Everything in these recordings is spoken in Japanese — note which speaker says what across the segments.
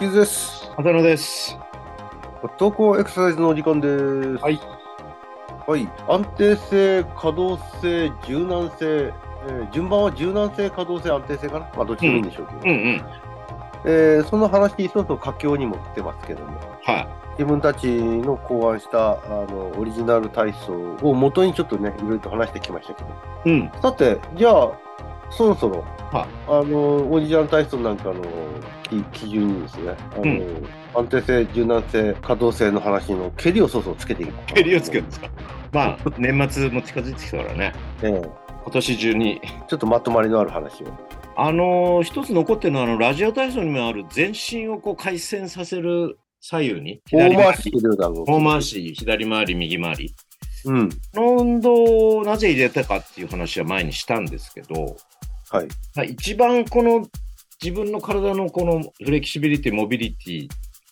Speaker 1: ゆずです。
Speaker 2: 浅野です。
Speaker 1: 男エクササイズのお時間です。
Speaker 2: はい。
Speaker 1: はい。安定性、可動性、柔軟性、えー順番は柔軟性、可動性、安定性かな。まあ、どっちでもいいんでしょうけど。
Speaker 2: うんうん。
Speaker 1: えーその話に一つの佳境にも来てますけども、
Speaker 2: は
Speaker 1: 自分たちの考案したあのオリジナル体操を元にちょっとね、いろいろと話してきましたけど。
Speaker 2: い。うん。
Speaker 1: さて、じゃあ、そろそろ、
Speaker 2: は
Speaker 1: あの、オリジナル体操なんかのき基準にですね、あの、
Speaker 2: う
Speaker 1: 安定性、柔軟性、可動性の話の蹴りをそろそろつけていく。
Speaker 2: 蹴りをつけるんですか。まあ、年末も近づいてきたからね。
Speaker 1: ええ
Speaker 2: 今年中に。
Speaker 1: ちょっとまとまりのある話を。
Speaker 2: あのー一つ残ってるのは、あの、ラジオ体操にもある全身をこう回旋させる左右に。
Speaker 1: 大回し
Speaker 2: り
Speaker 1: してるような動き。
Speaker 2: 大回し、左回り、右回り。
Speaker 1: うん。
Speaker 2: の運動をなぜ入れたかっていう話は前にしたんですけど、
Speaker 1: はい。
Speaker 2: まあ一番この自分の体のこのフレキシビリティ、モビリティ、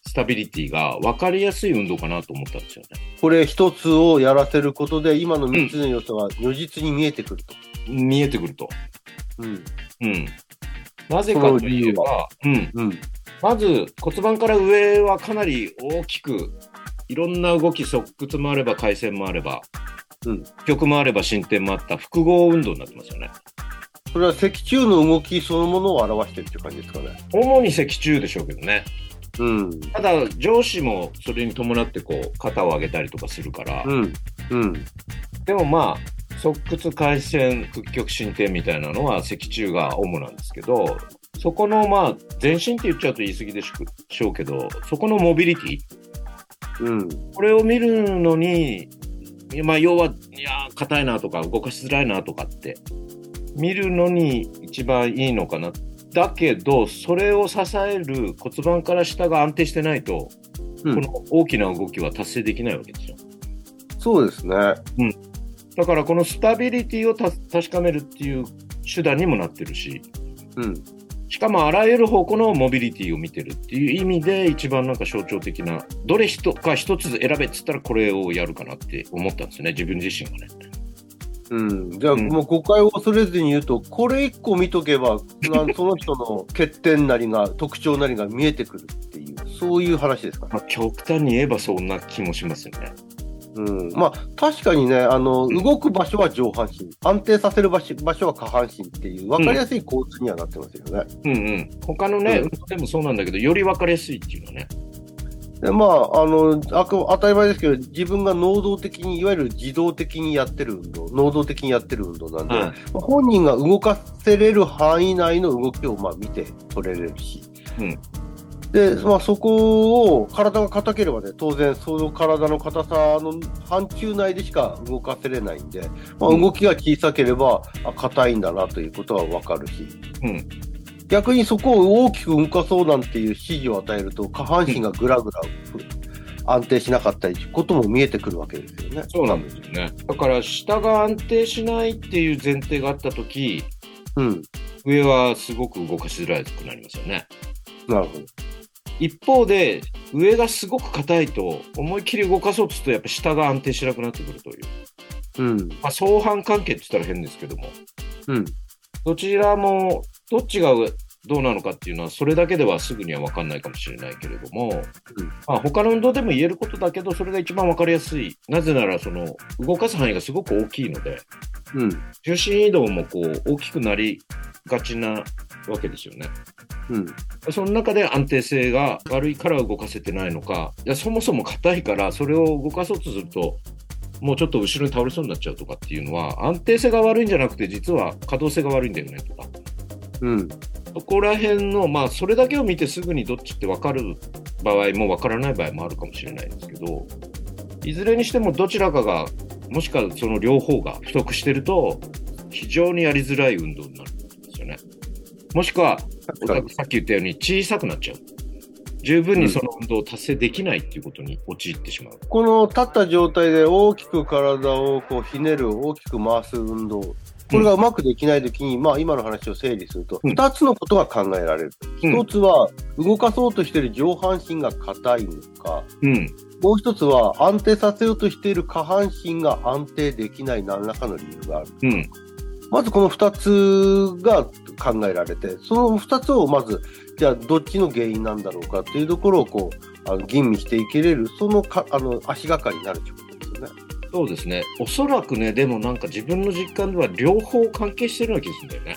Speaker 2: スタビリティが分かりやすい運動かなと思ったんですよね。
Speaker 1: これ一つをやらせることで、今の三つの要素が如実に見えてくると。
Speaker 2: 見えてくると。
Speaker 1: うん。
Speaker 2: うん。なぜかといえば、うん、
Speaker 1: うん。
Speaker 2: まず骨盤から上はかなり大きく、いろんな動き、側屈もあれば、回旋もあれば、
Speaker 1: うん
Speaker 2: 曲もあれば、進展もあった複合運動になってますよね。
Speaker 1: それは脊柱の動きそのものを表してるっていう感じですかね。
Speaker 2: 主に脊柱でしょうけどね。
Speaker 1: うん。
Speaker 2: ただ、上肢もそれに伴ってこう肩を上げたりとかするから、
Speaker 1: うん。うん。
Speaker 2: でもまあ、側屈、回旋、屈曲、進展みたいなのは脊柱が主なんですけど、そこのまあ、全身って言っちゃうと言い過ぎでしょうけど、そこのモビリティ、
Speaker 1: うん。
Speaker 2: これを見るのに、まあ、要は、いやー、硬いなとか、動かしづらいなとかって、見るのに一番いいのかな。だけど、それを支える骨盤から下が安定してないと、
Speaker 1: うん
Speaker 2: この大きな動きは達成できないわけですよ。
Speaker 1: そうですね。
Speaker 2: だから、このスタビリティをた確かめるっていう手段にもなってるし、
Speaker 1: うん。
Speaker 2: しかもあらゆる方向のモビリティを見てるっていう意味で、一番なんか象徴的な、どれ一か一つ選べっつったらこれをやるかなって思ったんですね、自分自身がね。
Speaker 1: うん、じゃあ、
Speaker 2: うん
Speaker 1: もう誤解を恐れずに言うと、これ一個見とけ ば、なんその人の欠点なりが、特徴なりが見えてくるっていう、そういう話ですか、ね
Speaker 2: まあ、極端に言えばそんな気もしますよね。
Speaker 1: うん。まあ、確かにね、あの、
Speaker 2: ん
Speaker 1: 動く場所は上半身、安定させる場所場所は下半身っていう、分かりやすい構図にはなってますよね。
Speaker 2: うんうん。他のね、
Speaker 1: う
Speaker 2: 運動でもそうなんだけど、より分かりやすいっていうのはね。
Speaker 1: で、まあ、あの、あく当たり前ですけど、自分が能動的に、いわゆる自動的にやってる運動、能動的にやってる運動なんで、
Speaker 2: うん
Speaker 1: 本人が動かせれる範囲内の動きをまあ見て取れるし、
Speaker 2: うん
Speaker 1: で、まあ、そこを体が硬ければね、当然その体の硬さの範疇内でしか動かせれないんで、まあ、
Speaker 2: うん
Speaker 1: 動きが小さければあ硬いんだなということはわかるし、
Speaker 2: うん
Speaker 1: 逆にそこを大きく動かそうなんていう指示を与えると下半身がぐらぐら安定しなかったりということも見えてくるわけですよね。
Speaker 2: そうなんですよね。だから、下が安定しないっていう前提があったとき、
Speaker 1: うん。
Speaker 2: 上はすごく動かしづらくなりますよね。
Speaker 1: なるほど。
Speaker 2: 一方で、上がすごく硬いと、思いっきり動かそうとすると、やっぱ下が安定しなくなってくるという。
Speaker 1: うん。
Speaker 2: まあ、相反関係って言ったら変ですけども。
Speaker 1: うん。
Speaker 2: どちらも、どっちがどうなのかっていうのは、それだけではすぐには分かんないかもしれないけれども、まあ、他の運動でも言えることだけど、それが一番分かりやすい。なぜなら、その、動かす範囲がすごく大きいので、
Speaker 1: うん。
Speaker 2: 重心移動もこう、大きくなりがちなわけですよね。
Speaker 1: うん。
Speaker 2: その中で安定性が悪いから動かせてないのか、いやそもそも硬いから、それを動かそうとすると、もうちょっと後ろに倒れそうになっちゃうとかっていうのは、安定性が悪いんじゃなくて、実は可動性が悪いんだよねとか。
Speaker 1: うん。
Speaker 2: そこら辺の、まあ、それだけを見てすぐにどっちって分かる場合も分からない場合もあるかもしれないんですけど、いずれにしてもどちらかが、もしくはその両方が不足してると、非常にやりづらい運動になるんですよね。もしくは、
Speaker 1: 確
Speaker 2: お
Speaker 1: か
Speaker 2: た
Speaker 1: に
Speaker 2: さっき言ったように小さくなっちゃう。十分にその運動を達成できないっていうことに陥ってしまう。
Speaker 1: この立った状態で大きく体をこうひねる、大きく回す運動、これがうまくできないときに、まあ今の話を整理すると、
Speaker 2: うん
Speaker 1: 2つのことが考えられる。
Speaker 2: うん
Speaker 1: 1つは動かそうとしている上半身が硬いのか、
Speaker 2: うん。
Speaker 1: もう1つは安定させようとしている下半身が安定できない何らかの理由がある。
Speaker 2: うん。
Speaker 1: まずこの2つが考えられて、その2つをまずじゃあどっちの原因なんだろうかっていうところをこうあの吟味していけれるそのかあの足がかりになるってことですよね。
Speaker 2: そうですね。おそらくね、でもなんか自分の実感では両方関係してるような気がするんだよね。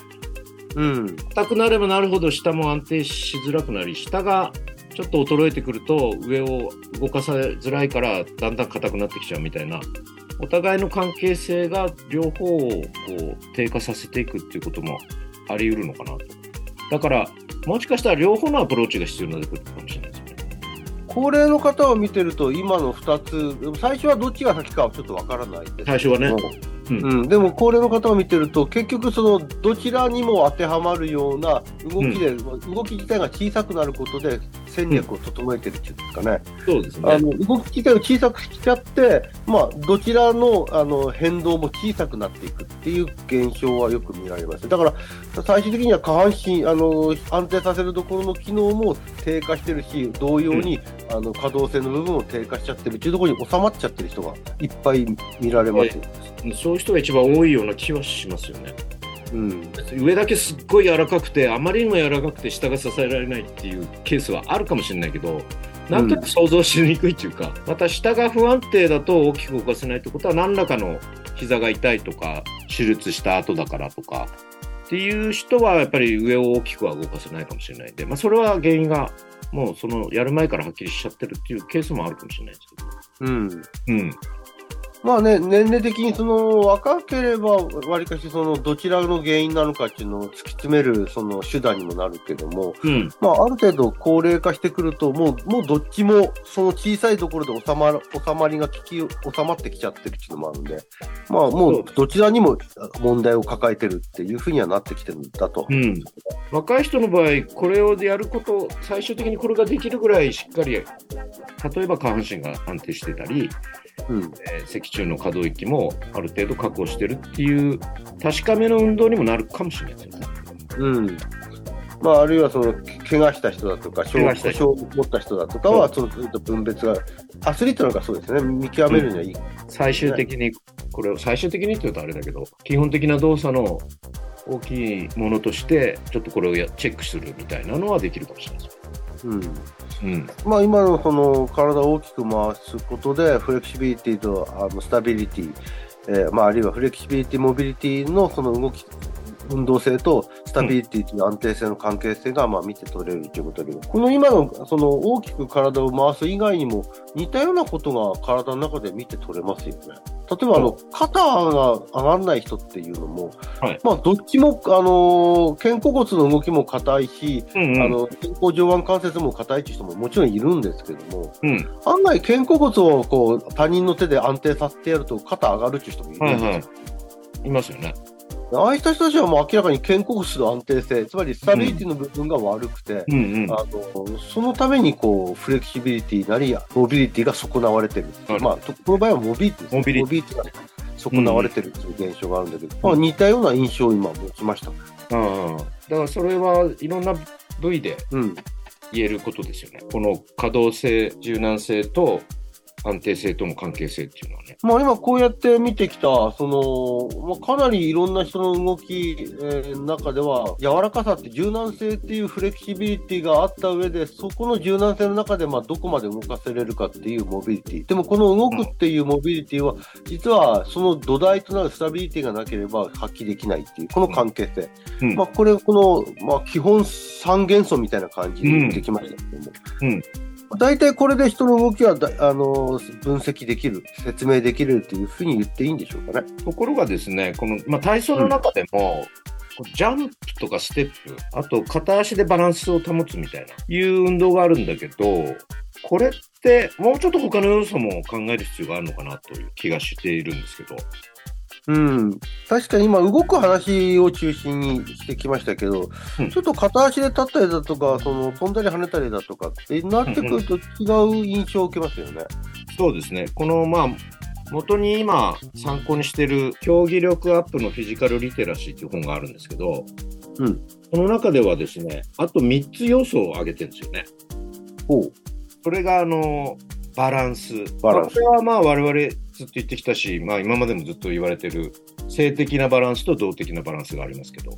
Speaker 1: うん、
Speaker 2: 硬くなればなるほど下も安定しづらくなり、下がちょっと衰えてくると上を動かさづらいからだんだん硬くなってきちゃうみたいな。お互いの関係性が両方をこう低下させていくっていうこともあり得るのかなと。だから、もしかしたら両方のアプローチが必要になってくるかもしれないですよね。
Speaker 1: 高齢の方を見てると今の2つ最初はどっちが先かはちょっとわからないですけど
Speaker 2: 最初はね。うん
Speaker 1: うん、でも高齢の方を見てると結局そのどちらにも当てはまるような動きで、動き自体が小さくなることで戦略を整えてるっていうんですかね、
Speaker 2: そうです
Speaker 1: あ
Speaker 2: ね。
Speaker 1: の動き自体を小さくしちゃって、まあ、どちらのあの変動も小さくなっていくっていう現象はよく見られますだから最終的には下半身あの安定させるところの機能も低下してるし同様に、あの可動性の部分も低下しちゃってるっていうところに収まっちゃってる人がいっぱい見られますよ、
Speaker 2: そういう人が一番多いような気はしますよね。
Speaker 1: うん
Speaker 2: 上だけすっごい柔らかくてあまりにも柔らかくて下が支えられないっていうケースはあるかもしれないけどなんとなく想像しにくいっていうか、また下が不安定だと大きく動かせないってことは何らかの膝が痛いとか手術した後だからとかっていう人はやっぱり上を大きくは動かせないかもしれないんで、まあ、それは原因がもうそのやる前からはっきりしちゃってるっていうケースもあるかもしれないですけ
Speaker 1: う
Speaker 2: ど。
Speaker 1: ん
Speaker 2: うん、
Speaker 1: まあね、年齢的にその若ければ、わりかしそのどちらの原因なのかっていうのを突き詰めるその手段にもなるけども、
Speaker 2: うん
Speaker 1: まあ、ある程度高齢化してくると、もうもうどっちもその小さいところで収まる収まりが効き収まってきちゃってるっていうのもあるんで、まあ、もうどちらにも問題を抱えてるっていうふうにはなってきてるんだと。
Speaker 2: うん、若い人の場合、これをやること、最終的にこれができるぐらいしっかり、例えば下半身が安定してたり、
Speaker 1: うん
Speaker 2: えー脊柱の可動域もある程度確保してるっていう、確かめの運動にもなるかもしれないですよね。
Speaker 1: うんまあ、あるいはそのけ怪我した人だとか、
Speaker 2: 怪
Speaker 1: 障
Speaker 2: 我した
Speaker 1: 害
Speaker 2: 人
Speaker 1: を持った人だとかは、そのずっと分別が、アスリートなんかそうですね、見極めるにはいい
Speaker 2: 最終的に、これを最終的にって言うとあれだけど、基本的な動作の大きいものとして、ちょっとこれをやチェックするみたいなのはできるかもしれないです
Speaker 1: うん
Speaker 2: よ。うん
Speaker 1: まあ、今のその体を大きく回すことでフレキシビリティとあのスタビリティ、えーまあ、あるいはフレキシビリティモビリティのその動き運動性とスタビリティという安定性の関係性がまあ見て取れるということで、この今のその大きく体を回す以外にも似たようなことが体の中で見て取れますよね。例えばあの肩が上がらない人っていうのも、
Speaker 2: はい
Speaker 1: まあ、どっちも、あのー肩甲骨の動きも硬いし、
Speaker 2: うんうん
Speaker 1: あの肩甲上腕関節も硬いっていう人ももちろんいるんですけども、
Speaker 2: うん
Speaker 1: 案外肩甲骨をこう他人の手で安定させてやると肩上がるっていう人もいるん
Speaker 2: は
Speaker 1: で
Speaker 2: い
Speaker 1: すよ、
Speaker 2: はい。いますよね。
Speaker 1: ああいった人たちはもう明らかに肩甲骨の安定性、つまりスタビリティの部分が悪くて、
Speaker 2: うんうん。
Speaker 1: あのそのためにこうフレキシビリティなりモビリティが損なわれてる、
Speaker 2: はい
Speaker 1: まあ、とこの場合はモビリティですね
Speaker 2: モビリティ
Speaker 1: が損なわれてるという現象があるんだけど、まあ、似たような印象を今持ちました。
Speaker 2: うんうんだからそれはいろんな部位で
Speaker 1: うん
Speaker 2: 言えることですよね。この可動性、柔軟性と安定性との関係性っていうのはね。
Speaker 1: まあ、今こうやって見てきた、その、まあ、かなりいろんな人の動き、えー中では、柔らかさって柔軟性っていうフレキシビリティがあった上で、そこの柔軟性の中で、まあ、どこまで動かせれるかっていうモビリティ。でも、この動くっていうモビリティは、実はその土台となるスタビリティがなければ発揮できないっていう、この関係性。
Speaker 2: うん
Speaker 1: まあ、これ、この、まあ、基本三元素みたいな感じにできましたけども。
Speaker 2: うんうん
Speaker 1: 大体これで人の動きはだあの分析できる、説明できるっていうふうに言っていいんでしょうかね。
Speaker 2: ところがですね、この、まあ、体操の中でも、こうジャンプとかステップ、あと片足でバランスを保つみたいな、いう運動があるんだけど、これってもうちょっと他の要素も考える必要があるのかなという気がしているんですけど。
Speaker 1: うん、確かに今、動く話を中心にしてきましたけど、
Speaker 2: うん
Speaker 1: ちょっと片足で立ったりだとか、その飛んだり跳ねたりだとかってなってくると違う印象を受けますよね。
Speaker 2: そうですね、このまあ元に今参考にしてる競技力アップのフィジカルリテラシーという本があるんですけど、
Speaker 1: うん
Speaker 2: その中ではですね、あと3つ要素を挙げてるんですよね。
Speaker 1: ほう
Speaker 2: それがあのバランス。
Speaker 1: バランス
Speaker 2: これはまあ我々ずっと言ってきたし、まあ、今までもずっと言われてる性的なバランスと動的なバランスがありますけど、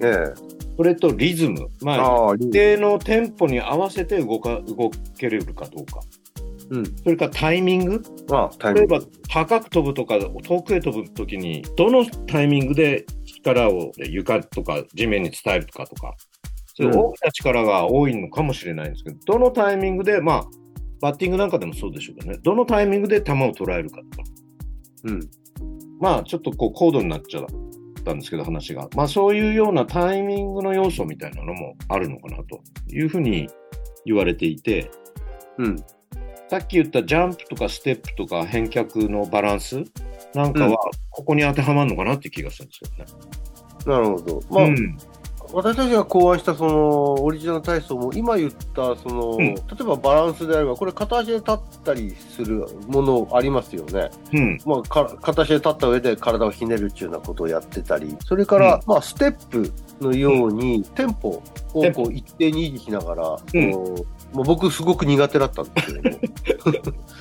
Speaker 1: ええ
Speaker 2: それとリズム、まあ、
Speaker 1: ああ、リ
Speaker 2: 一
Speaker 1: ン
Speaker 2: 定のテンポに合わせて動か動けれるかどうか、
Speaker 1: うん。
Speaker 2: それからタイミング、
Speaker 1: まあ、タイ
Speaker 2: 例
Speaker 1: ミ
Speaker 2: え
Speaker 1: ング。
Speaker 2: ば高く飛ぶとか、遠くへ飛ぶときに、どのタイミングで力を床とか地面に伝えるかとか、そういう
Speaker 1: うん
Speaker 2: 大きな力が多いのかもしれないんですけど、どのタイミングで、まあ、バッティングなんかでもそうでしょうけどね、どのタイミングで球を捉えるかとか、
Speaker 1: うん。
Speaker 2: まあ、ちょっとこう高度になっちゃったんですけど、話が。まあ、そういうようなタイミングの要素みたいなのもあるのかなというふうに言われていて、
Speaker 1: うん。
Speaker 2: さっき言ったジャンプとかステップとか返却のバランスなんかは、ここに当てはまるのかなっていう気がするんですよね。
Speaker 1: なるほど。まあ、
Speaker 2: うん
Speaker 1: 私たちが考案したそのオリジナル体操も今言ったその、
Speaker 2: う
Speaker 1: 例
Speaker 2: ん
Speaker 1: えばバランスであればこれ片足で立ったりするものありますよね、
Speaker 2: うん。
Speaker 1: まあ、か片足で立った上で体をひねるっていうようなことをやってたりそれから、まあ、ステップのようにテンポ
Speaker 2: テ
Speaker 1: を
Speaker 2: ンポ
Speaker 1: こう一定に維持しながら、
Speaker 2: うん
Speaker 1: こうもう僕すごく苦手だったんですけ ども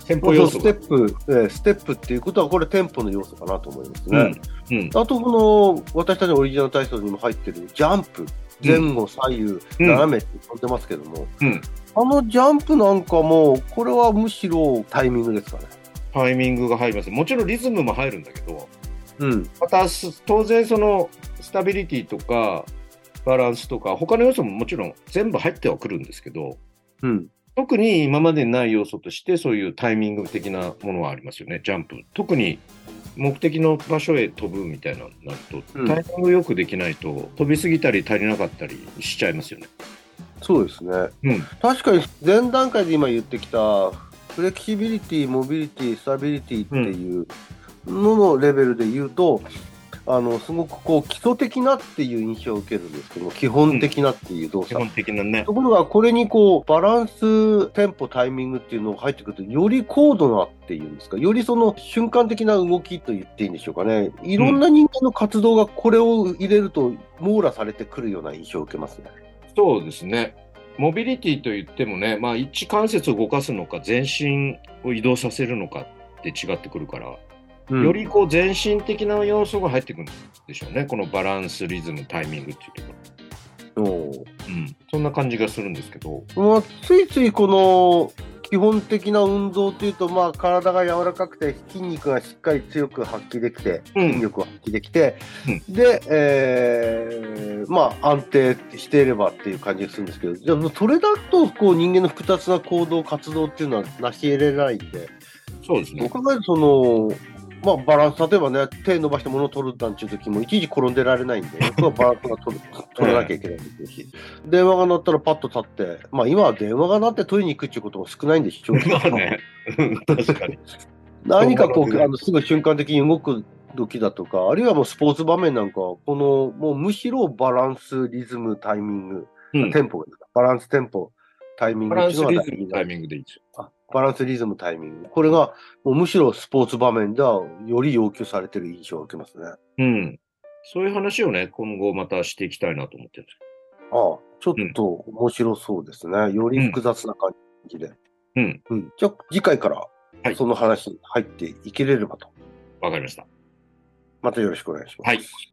Speaker 2: テン
Speaker 1: こ
Speaker 2: ポ
Speaker 1: の
Speaker 2: 要素
Speaker 1: ステ
Speaker 2: が。
Speaker 1: ップ、えーステップっていうことはこれテンポの要素かなと思います
Speaker 2: う
Speaker 1: ね。
Speaker 2: ん。うん。
Speaker 1: あとこの私たちのオリジナル体操にも入ってるジャンプ、前後、左右、
Speaker 2: うん
Speaker 1: 斜めって飛んでますけども、
Speaker 2: うん。
Speaker 1: あのジャンプなんかも、これはむしろタイミングですかね。
Speaker 2: タイミングが入ります。もちろんリズムも入るんだけど、
Speaker 1: うん、
Speaker 2: またす当然そのスタビリティとかバランスとか他の要素ももちろん全部入ってはくるんですけど
Speaker 1: うん、
Speaker 2: 特に今までにない要素としてそういうタイミング的なものはありますよねジャンプ特に目的の場所へ飛ぶみたいなのになると、
Speaker 1: うん
Speaker 2: タイミングよくできないと飛びすぎたり足りなかったりしちゃいますよね。
Speaker 1: そうですね。
Speaker 2: うん
Speaker 1: 確かに前段階で今言ってきた、フレキシビリティ、モビリティ、スタビリティっていうののレベルで言うと、あのすごくこう基礎的なっていう印象を受けるんですけども、基本的なっていう動
Speaker 2: 基
Speaker 1: 作
Speaker 2: 本的なね
Speaker 1: ところが、これにこう、バランス、テンポ、タイミングっていうのが入ってくると、より高度なっていうんですか、よりその瞬間的な動きと言っていいんでしょうかね。いろんな人間の活動がこれを入れると、網羅されてくるような印象を受けますね。
Speaker 2: そうですね。モビリティといってもね、まあ、一関節を動かすのか全身を移動させるのかって違ってくるから
Speaker 1: うん
Speaker 2: よりこう全身的な要素が入ってくるんでしょうね、このバランス、リズム、タイミングっていうところ、
Speaker 1: お
Speaker 2: うん、そんな感じがするんですけど、
Speaker 1: ーまあ、ついついこの、基本的な運動っていうと、まあ、体が柔らかくて、筋肉がしっかり強く発揮できて、
Speaker 2: うん
Speaker 1: 筋力を発揮できて、で、えーまあ安定していればっていう感じがするんですけど、じゃあもうそれだとこう人間の複雑な行動、活動っていうのは成し得れないんで、
Speaker 2: そうです
Speaker 1: お
Speaker 2: ね、
Speaker 1: 考えるとその、まあ、バランス、例えばね、手伸ばして物を取るなんていう時も、いちいち転んでられ ないんで、僕はバランスが取る取らなきゃいけないですし、電話が鳴ったらパッと立って、まあ今は電話が鳴って取りに行くっていうことも少ないんでしょうけど
Speaker 2: まあね、うん確かに、
Speaker 1: 何かこ
Speaker 2: そうなんです
Speaker 1: う
Speaker 2: よ
Speaker 1: あのすぐ瞬間的に動く時だとか、あるいはもうスポーツ場面なんかは、このもうむしろバランス、リズム、タイミング、
Speaker 2: うん
Speaker 1: テンポが、バランス、テンポ、タイミングっ
Speaker 2: バラン
Speaker 1: てい
Speaker 2: ス、
Speaker 1: うのが
Speaker 2: リ
Speaker 1: 大
Speaker 2: ズ
Speaker 1: 事
Speaker 2: ム、
Speaker 1: な
Speaker 2: タイミングでいいですよ。
Speaker 1: あバランス、リズム、タイミング。これがもうむしろスポーツ場面ではより要求されてる印象を受けますね。ああ、
Speaker 2: うん、そういう話をね、今後またしていきたいなと思ってるんです
Speaker 1: ちょっと面白そうですね。より複雑な感じで。
Speaker 2: けど、うん、
Speaker 1: うん、じゃあ次回から
Speaker 2: はい
Speaker 1: その話に入っていけれればと。
Speaker 2: わかりました。
Speaker 1: またよろしくお願いします。
Speaker 2: はい